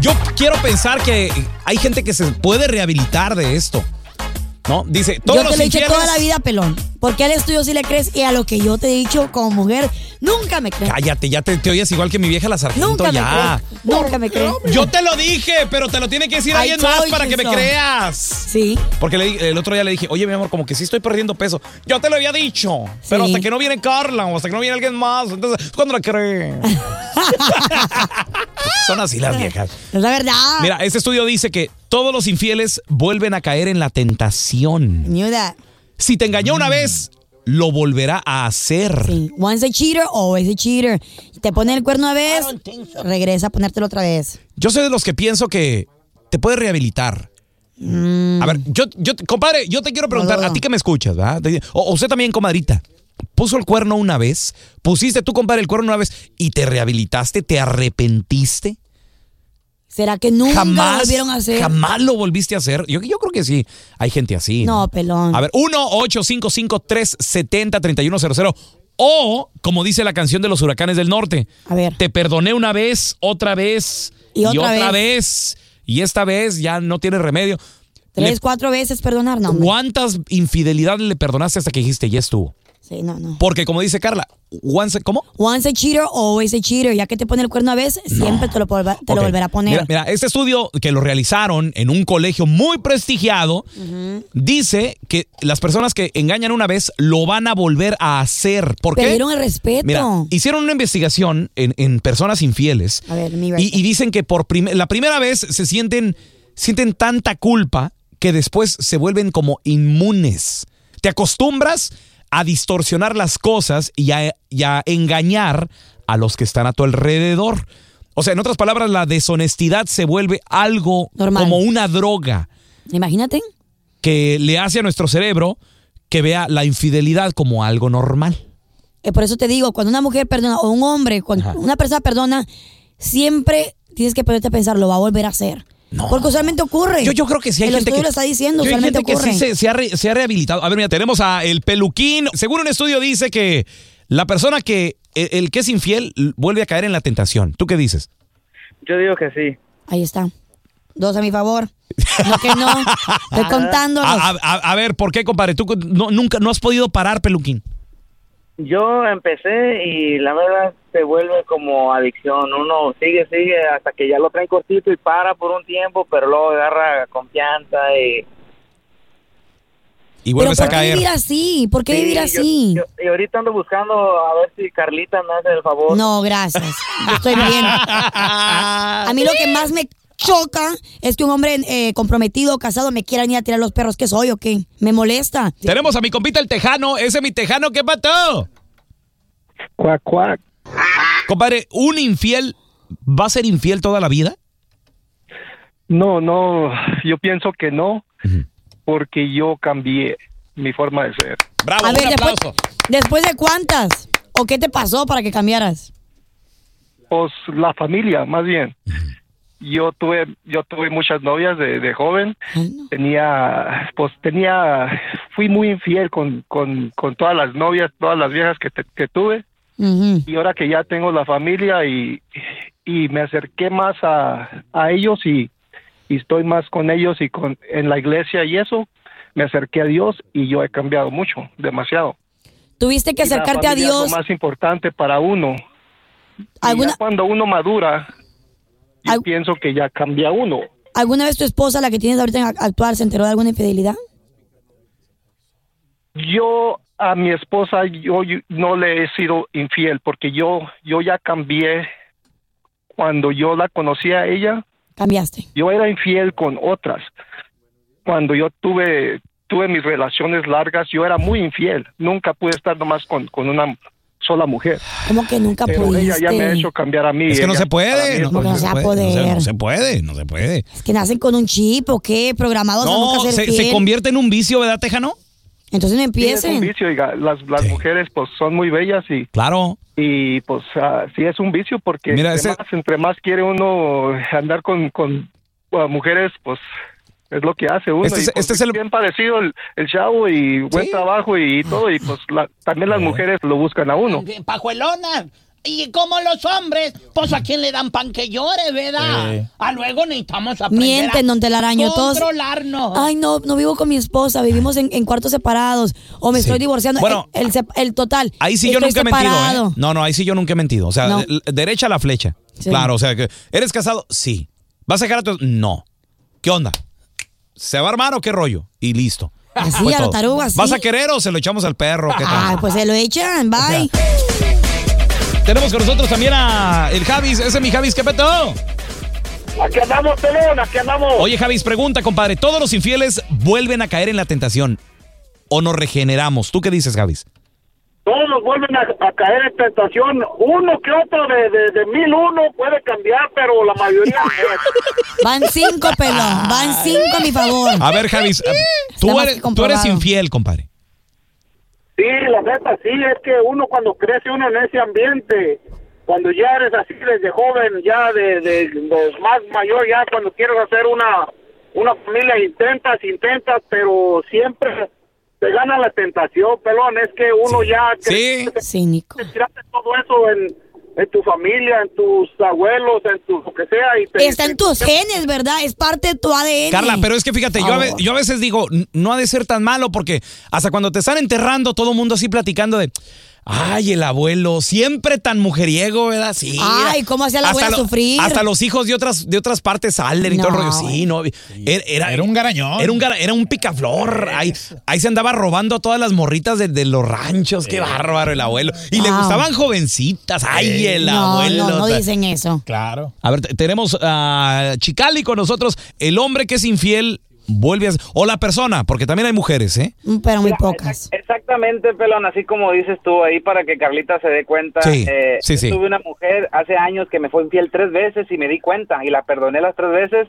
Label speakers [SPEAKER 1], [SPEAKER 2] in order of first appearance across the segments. [SPEAKER 1] Yo quiero pensar que hay gente que se puede rehabilitar de esto. ¿No? Dice, todos
[SPEAKER 2] yo
[SPEAKER 1] los
[SPEAKER 2] te lo he dicho
[SPEAKER 1] infiernos-
[SPEAKER 2] toda la vida, pelón. Porque al estudio sí le crees y a lo que yo te he dicho como mujer, nunca me crees.
[SPEAKER 1] Cállate, ya te, te oyes igual que mi vieja la sargento
[SPEAKER 2] Nunca me
[SPEAKER 1] ya.
[SPEAKER 2] crees. Nunca me crees.
[SPEAKER 1] Yo te lo dije, pero te lo tiene que decir
[SPEAKER 2] I
[SPEAKER 1] alguien más
[SPEAKER 2] told
[SPEAKER 1] para
[SPEAKER 2] you
[SPEAKER 1] que me
[SPEAKER 2] so.
[SPEAKER 1] creas.
[SPEAKER 2] Sí.
[SPEAKER 1] Porque le di- el otro día le dije, oye, mi amor, como que sí estoy perdiendo peso. Yo te lo había dicho. Pero
[SPEAKER 2] Sí.
[SPEAKER 1] hasta que no viene Carla o hasta que no viene alguien más, entonces, ¿cuándo la crees? Son así las viejas.
[SPEAKER 2] Es la verdad.
[SPEAKER 1] Mira, este estudio dice que todos los infieles vuelven a caer en la tentación.
[SPEAKER 2] Knew that.
[SPEAKER 1] Si te engañó una vez, lo volverá a hacer.
[SPEAKER 2] Mm. Sí. Once a cheater, always a cheater. Te pone el cuerno una vez, regresa a ponértelo otra vez.
[SPEAKER 1] Yo soy de los que pienso que te puedes rehabilitar. A ver, yo, yo, te- compadre, yo te quiero preguntar,
[SPEAKER 2] Mm. No, no,
[SPEAKER 1] a
[SPEAKER 2] no.
[SPEAKER 1] ti que me escuchas, ¿verdad? Te- O, o usted también, comadrita. Puso el cuerno una vez, pusiste tú, compadre, el cuerno una vez y te rehabilitaste, te arrepentiste.
[SPEAKER 2] ¿Será que nunca lo
[SPEAKER 1] jamás.
[SPEAKER 2] volvieron a hacer?
[SPEAKER 1] Jamás lo volviste a hacer. Yo, yo creo que sí. Hay gente así.
[SPEAKER 2] No, pelón.
[SPEAKER 1] A ver, 1-855-370-3100. O, como dice la canción de los huracanes del norte,
[SPEAKER 2] A ver.
[SPEAKER 1] te perdoné una vez, otra vez
[SPEAKER 2] Y otra
[SPEAKER 1] vez. Y esta vez ya no tiene remedio.
[SPEAKER 2] Tres,
[SPEAKER 1] Le-
[SPEAKER 2] cuatro veces perdonar, no. hombre.
[SPEAKER 1] ¿Cuántas infidelidades le perdonaste hasta que dijiste ya estuvo?
[SPEAKER 2] Sí, no, no.
[SPEAKER 1] Porque, como dice Carla, once, ¿cómo?
[SPEAKER 2] Once a cheater, always a cheater. Ya que te pone el cuerno a veces, siempre te lo, volva- te lo
[SPEAKER 1] Ok.
[SPEAKER 2] volverá a poner.
[SPEAKER 1] Mira, mira, este estudio que lo realizaron en un colegio muy prestigiado dice que las personas que engañan una vez lo van a volver a hacer. ¿Por qué?
[SPEAKER 2] Perdieron el respeto.
[SPEAKER 1] Mira, hicieron una investigación en, en personas infieles
[SPEAKER 2] A ver, mi
[SPEAKER 1] y,
[SPEAKER 2] versión.
[SPEAKER 1] y dicen que por prim- la primera vez se sienten, sienten tanta culpa que después se vuelven como inmunes. Te acostumbras a distorsionar las cosas y a, y a engañar a los que están a tu alrededor. O sea, en otras palabras, la deshonestidad se vuelve algo
[SPEAKER 2] Normal.
[SPEAKER 1] como una droga
[SPEAKER 2] Imagínate.
[SPEAKER 1] que le hace a nuestro cerebro que vea la infidelidad como algo normal.
[SPEAKER 2] Eh, por eso te digo, cuando una mujer perdona o un hombre, cuando
[SPEAKER 1] Ajá.
[SPEAKER 2] una persona perdona, siempre tienes que ponerte a pensar, lo va a volver a hacer.
[SPEAKER 1] No.
[SPEAKER 2] Porque usualmente ocurre.
[SPEAKER 1] Yo, yo creo que sí hay
[SPEAKER 2] el
[SPEAKER 1] gente
[SPEAKER 2] estudio
[SPEAKER 1] que.
[SPEAKER 2] lo está diciendo,
[SPEAKER 1] Yo hay
[SPEAKER 2] usualmente
[SPEAKER 1] gente que
[SPEAKER 2] ocurre.
[SPEAKER 1] sí se, se ha re- se ha rehabilitado. A ver, mira, tenemos a el peluquín. Según un estudio dice que la persona que. El, el que es infiel l- vuelve a caer en la tentación. ¿Tú qué dices?
[SPEAKER 3] Yo digo que sí.
[SPEAKER 2] Ahí está. Dos a mi favor. No que no. Estoy contando.
[SPEAKER 1] A, a- a- a ver, ¿por qué, compadre? Tú no- nunca no has podido parar, peluquín.
[SPEAKER 3] Yo empecé y la verdad se vuelve como adicción. Uno sigue, sigue hasta que ya lo traen cortito y para por un tiempo, pero luego agarra confianza y...
[SPEAKER 1] Y
[SPEAKER 2] Pero
[SPEAKER 1] vuelves
[SPEAKER 2] ¿por
[SPEAKER 1] a
[SPEAKER 2] qué
[SPEAKER 1] caer.
[SPEAKER 2] vivir así? ¿Por qué
[SPEAKER 3] Sí,
[SPEAKER 2] vivir
[SPEAKER 3] yo-
[SPEAKER 2] así?
[SPEAKER 3] yo- y ahorita ando buscando a ver si Carlita me hace el favor.
[SPEAKER 2] No, gracias. Yo estoy bien. A mí lo que más me choca es que un hombre eh, comprometido, casado, me quiera venir a tirar los perros que soy o qué. Me molesta.
[SPEAKER 1] Tenemos a mi compita el tejano. Ese mi tejano, ¿qué pato?
[SPEAKER 4] Cuac, cuac.
[SPEAKER 1] Compadre, ¿un infiel va a ser infiel toda la vida?
[SPEAKER 4] No, no, yo pienso que no, porque yo cambié mi forma de ser.
[SPEAKER 1] Bravo,
[SPEAKER 2] a
[SPEAKER 1] Ah, un
[SPEAKER 2] ver, después,
[SPEAKER 1] aplauso.
[SPEAKER 2] después de cuántas o qué te pasó para que cambiaras.
[SPEAKER 4] Pues la familia, más bien. Yo tuve, yo tuve muchas novias de, de joven.
[SPEAKER 2] Ay, no.
[SPEAKER 4] Tenía, pues tenía, fui muy infiel con, con, con todas las novias, todas las viejas que, te- que tuve.
[SPEAKER 2] Ujú.
[SPEAKER 4] Y ahora que ya tengo la familia y, y me acerqué más a, a ellos y, y estoy más con ellos y con, en la iglesia y eso, me acerqué a Dios y yo he cambiado mucho, demasiado.
[SPEAKER 2] Tuviste que
[SPEAKER 4] Y la
[SPEAKER 2] acercarte a
[SPEAKER 4] familia es
[SPEAKER 2] Dios.
[SPEAKER 4] Lo más importante para uno. Y
[SPEAKER 2] ¿Alguna,
[SPEAKER 4] ya cuando uno madura, yo
[SPEAKER 2] Al-
[SPEAKER 4] pienso que ya cambia uno.
[SPEAKER 2] ¿Alguna vez tu esposa, la que tienes ahorita en actual, se enteró de alguna infidelidad?
[SPEAKER 4] Yo a mi esposa yo, yo no le he sido infiel porque yo yo ya cambié cuando yo la conocí a ella,
[SPEAKER 2] Cambiaste.
[SPEAKER 4] yo era infiel con otras. Cuando yo tuve tuve mis relaciones largas, yo era muy infiel. Nunca pude estar nomás con, con una sola mujer.
[SPEAKER 2] ¿Cómo que nunca
[SPEAKER 4] Pero ella
[SPEAKER 2] Ah, pudiste?
[SPEAKER 4] ya me ha hecho cambiar a mí.
[SPEAKER 1] Es que no
[SPEAKER 4] Ella
[SPEAKER 1] se
[SPEAKER 4] para
[SPEAKER 1] puede.
[SPEAKER 4] mí es
[SPEAKER 1] No,
[SPEAKER 2] no
[SPEAKER 1] no
[SPEAKER 2] se
[SPEAKER 1] se
[SPEAKER 2] va a
[SPEAKER 1] puede, no se-
[SPEAKER 2] poder.
[SPEAKER 1] no se puede, no se puede.
[SPEAKER 2] Es que nacen con un chip o qué, programados a
[SPEAKER 1] No,
[SPEAKER 2] nunca ser
[SPEAKER 1] se, se
[SPEAKER 2] fiel.
[SPEAKER 1] convierte en un vicio, ¿verdad, Tejano?
[SPEAKER 2] Entonces no
[SPEAKER 4] Sí, es un
[SPEAKER 2] empiecen.
[SPEAKER 4] vicio, oiga. Las, las
[SPEAKER 1] Sí.
[SPEAKER 4] mujeres pues son muy bellas y,
[SPEAKER 1] Claro.
[SPEAKER 4] y pues ah, sí es un vicio porque
[SPEAKER 1] Mira,
[SPEAKER 4] entre,
[SPEAKER 1] ese-
[SPEAKER 4] más, entre más quiere uno andar con, con ah, mujeres, pues es lo que hace uno.
[SPEAKER 1] Este
[SPEAKER 4] y,
[SPEAKER 1] es-
[SPEAKER 4] pues,
[SPEAKER 1] este es el-
[SPEAKER 4] Bien parecido el, el chavo y buen
[SPEAKER 1] Sí.
[SPEAKER 4] trabajo y, todo y pues la- también las mujeres lo buscan a uno.
[SPEAKER 1] Pajuelona.
[SPEAKER 5] Y como los hombres, pues a quien le dan pan que llore, ¿verdad?
[SPEAKER 6] Eh.
[SPEAKER 5] A luego necesitamos aprender
[SPEAKER 2] Mienten,
[SPEAKER 5] a
[SPEAKER 2] don Telaraño, todos.
[SPEAKER 5] controlarnos.
[SPEAKER 2] Ay, no, no vivo con mi esposa, vivimos en, en cuartos separados. O me
[SPEAKER 1] Sí.
[SPEAKER 2] estoy divorciando.
[SPEAKER 1] Bueno,
[SPEAKER 2] el, el sep- el total.
[SPEAKER 1] Ahí sí yo
[SPEAKER 2] estoy
[SPEAKER 1] nunca he mentido.
[SPEAKER 2] separado.
[SPEAKER 1] ¿eh? No, no, ahí sí yo nunca he mentido. O sea,
[SPEAKER 2] No.
[SPEAKER 1] l- derecha a la flecha.
[SPEAKER 2] Sí.
[SPEAKER 1] Claro, o sea, que ¿eres casado? Sí. ¿Vas a dejar a tu.? No. ¿Qué onda? ¿Se va a armar o qué rollo? Y listo.
[SPEAKER 2] Así,
[SPEAKER 1] Fue
[SPEAKER 2] a lo
[SPEAKER 1] todo.
[SPEAKER 2] tarugo, así.
[SPEAKER 1] ¿Vas a querer o se lo echamos al perro? ¿Qué tal?
[SPEAKER 2] Ay, pues se lo echan, bye.
[SPEAKER 1] Tenemos con nosotros también a el Javis. Ese es mi Javis, ¿qué peto?
[SPEAKER 3] Aquí andamos, pelón, aquí andamos.
[SPEAKER 1] Oye, Javis, pregunta, compadre. ¿Todos los infieles vuelven a caer en la tentación o nos regeneramos? ¿Tú qué dices, Javis?
[SPEAKER 3] Todos nos vuelven a, a caer en tentación. Uno que otro de, de, de mil uno puede cambiar, pero la mayoría no.
[SPEAKER 2] Van cinco, pelón. Van cinco a mi favor.
[SPEAKER 1] A ver, Javis, tú
[SPEAKER 2] más
[SPEAKER 1] eres, tú eres
[SPEAKER 2] que comprobado.
[SPEAKER 1] infiel, compadre.
[SPEAKER 3] Sí, la neta, sí, es que uno cuando crece uno en ese ambiente, cuando ya eres así desde joven, ya de, de, de más mayor, ya cuando quieres hacer una, una familia, intentas, intentas, pero siempre te gana la tentación, pelón, es que uno
[SPEAKER 1] Sí.
[SPEAKER 3] ya...
[SPEAKER 1] Sí.
[SPEAKER 3] crece,
[SPEAKER 2] Cínico.
[SPEAKER 3] te tiraste todo eso en, en tu familia, en tus abuelos, en tu lo que sea. Y te,
[SPEAKER 2] Está en tus genes, ¿verdad? Es parte de tu ADN.
[SPEAKER 1] Carla, pero es que fíjate, yo a, ve-
[SPEAKER 2] Ahora.
[SPEAKER 1] yo a veces digo, "N- no ha de ser tan malo porque hasta cuando te están enterrando, todo el mundo así platicando de, ay, el abuelo, siempre tan mujeriego, ¿verdad? Sí.
[SPEAKER 2] Ay, ¿cómo hacía la
[SPEAKER 1] Hasta
[SPEAKER 2] abuela
[SPEAKER 1] lo-
[SPEAKER 2] sufrir?
[SPEAKER 1] Hasta los hijos de otras, de otras partes salen y todo el
[SPEAKER 2] No.
[SPEAKER 1] rollo. Sí, no. Era,
[SPEAKER 6] Era un garañón.
[SPEAKER 1] Era un, gara- era un picaflor. Ahí, ahí se andaba robando a todas las morritas de, de los ranchos. Qué bárbaro el abuelo. Y le
[SPEAKER 2] Wow.
[SPEAKER 1] gustaban jovencitas. Ay, el
[SPEAKER 2] no,
[SPEAKER 1] abuelo.
[SPEAKER 2] no, no dicen eso.
[SPEAKER 6] Claro.
[SPEAKER 1] A ver, te- tenemos a Chicali con nosotros. El hombre que es infiel vuelve a... O la persona, porque también hay mujeres, ¿eh?
[SPEAKER 2] Mm, Pero muy pocas.
[SPEAKER 3] Exactamente, pelón, así como dices tú ahí para que Carlita se dé cuenta.
[SPEAKER 1] Sí,
[SPEAKER 3] eh,
[SPEAKER 1] sí,
[SPEAKER 3] yo
[SPEAKER 1] sí.
[SPEAKER 3] Tuve una mujer hace años que me fue infiel tres veces y me di cuenta y la perdoné las tres veces.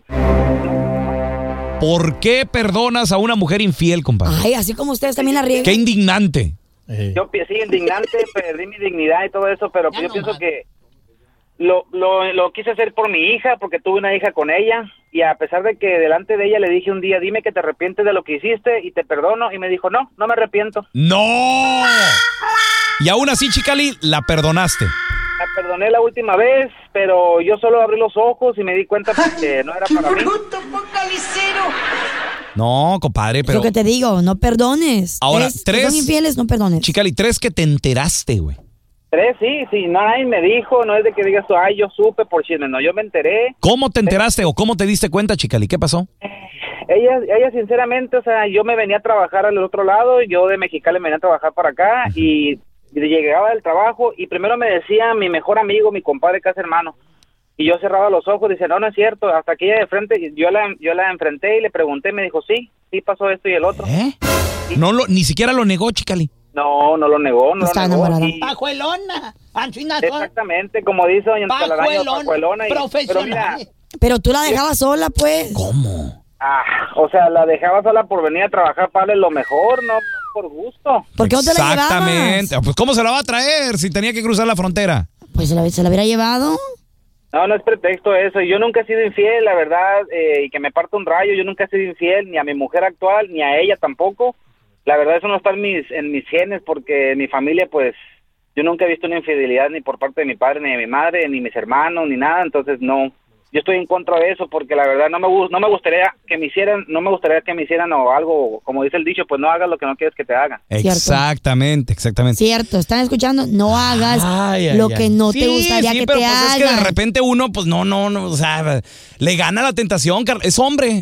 [SPEAKER 1] ¿Por qué perdonas a una mujer infiel, compadre?
[SPEAKER 2] Ay, así como ustedes también la
[SPEAKER 1] Qué
[SPEAKER 2] riegan.
[SPEAKER 1] indignante.
[SPEAKER 6] Eh.
[SPEAKER 3] Yo pi- sí, indignante, perdí mi dignidad y todo eso, pero pues yo
[SPEAKER 5] Ya no
[SPEAKER 3] pienso
[SPEAKER 5] más.
[SPEAKER 3] que lo, lo, lo quise hacer por mi hija, porque tuve una hija con ella, y a pesar de que delante de ella le dije un día, dime que te arrepientes de lo que hiciste y te perdono, y me dijo, no, no me arrepiento.
[SPEAKER 1] ¡No! Y aún así, Chicali, la perdonaste.
[SPEAKER 3] La perdoné la última vez, pero yo solo abrí los ojos y me di cuenta pues, que no era para mí.
[SPEAKER 1] No, compadre,
[SPEAKER 2] Es
[SPEAKER 1] pero...
[SPEAKER 2] lo que te digo, no perdones.
[SPEAKER 1] Ahora,
[SPEAKER 2] Eres-
[SPEAKER 1] tres-
[SPEAKER 2] Son infieles, no perdones.
[SPEAKER 1] Chicali, tres que te enteraste, güey.
[SPEAKER 3] Tres, sí, sí, nadie me dijo, no es de que digas, tú, ay, yo supe por chisme, no, yo me enteré.
[SPEAKER 1] ¿Cómo te enteraste o cómo te diste cuenta, Chicali? ¿Qué pasó?
[SPEAKER 3] Ella, ella sinceramente, o sea, yo me venía a trabajar al otro lado, yo de Mexicali me venía a trabajar para acá y llegaba del trabajo y primero me decía mi mejor amigo, mi compadre, casi hermano. Y yo cerraba los ojos, dice, no, no es cierto, hasta que ella de frente, yo la, yo la enfrenté y le pregunté, me dijo, sí, sí pasó esto y el otro.
[SPEAKER 1] ¿Eh? No lo, ni siquiera lo negó, Chicali.
[SPEAKER 3] No, no lo negó, no
[SPEAKER 2] Estaba
[SPEAKER 3] lo negó.
[SPEAKER 2] enamorada.
[SPEAKER 3] Y-
[SPEAKER 5] Pajuelona. Anchina son.
[SPEAKER 3] exactamente, como dice doña
[SPEAKER 5] Pajuelona,
[SPEAKER 3] Telaraño, pajuelona y- pero mira,
[SPEAKER 5] Profesionales.
[SPEAKER 2] Pero tú la dejabas sola, pues.
[SPEAKER 1] ¿Cómo?
[SPEAKER 3] Ah, o sea, la dejaba sola por venir a trabajar para darle lo mejor, no, no por gusto.
[SPEAKER 2] ¿Por qué no te la llevabas?
[SPEAKER 1] Exactamente. Pues, ¿cómo se la va a traer si tenía que cruzar la frontera?
[SPEAKER 2] Pues se la, se la hubiera llevado.
[SPEAKER 3] No, no es pretexto eso. Yo nunca he sido infiel, la verdad, eh, y que me parta un rayo. Yo nunca he sido infiel ni a mi mujer actual, ni a ella tampoco. La verdad, eso no está en mis, en mis genes, porque en mi familia, pues, yo nunca he visto una infidelidad ni por parte de mi padre, ni de mi madre, ni mis hermanos, ni nada. Entonces, no. Yo estoy en contra de eso, porque la verdad no me, gus- no me gustaría que me hicieran, no me gustaría que me hicieran o algo, como dice el dicho, pues no hagas lo que no quieres que te hagan.
[SPEAKER 2] Cierto.
[SPEAKER 1] Exactamente, exactamente.
[SPEAKER 2] Cierto, están escuchando, no hagas
[SPEAKER 1] Ay, ay,
[SPEAKER 2] lo
[SPEAKER 1] ay.
[SPEAKER 2] que no
[SPEAKER 1] Sí,
[SPEAKER 2] te gustaría
[SPEAKER 1] sí,
[SPEAKER 2] que
[SPEAKER 1] pero
[SPEAKER 2] te
[SPEAKER 1] pues
[SPEAKER 2] hagan.
[SPEAKER 1] Es que de repente uno, pues no, no, no, o sea, le gana la tentación, Carla. Es hombre.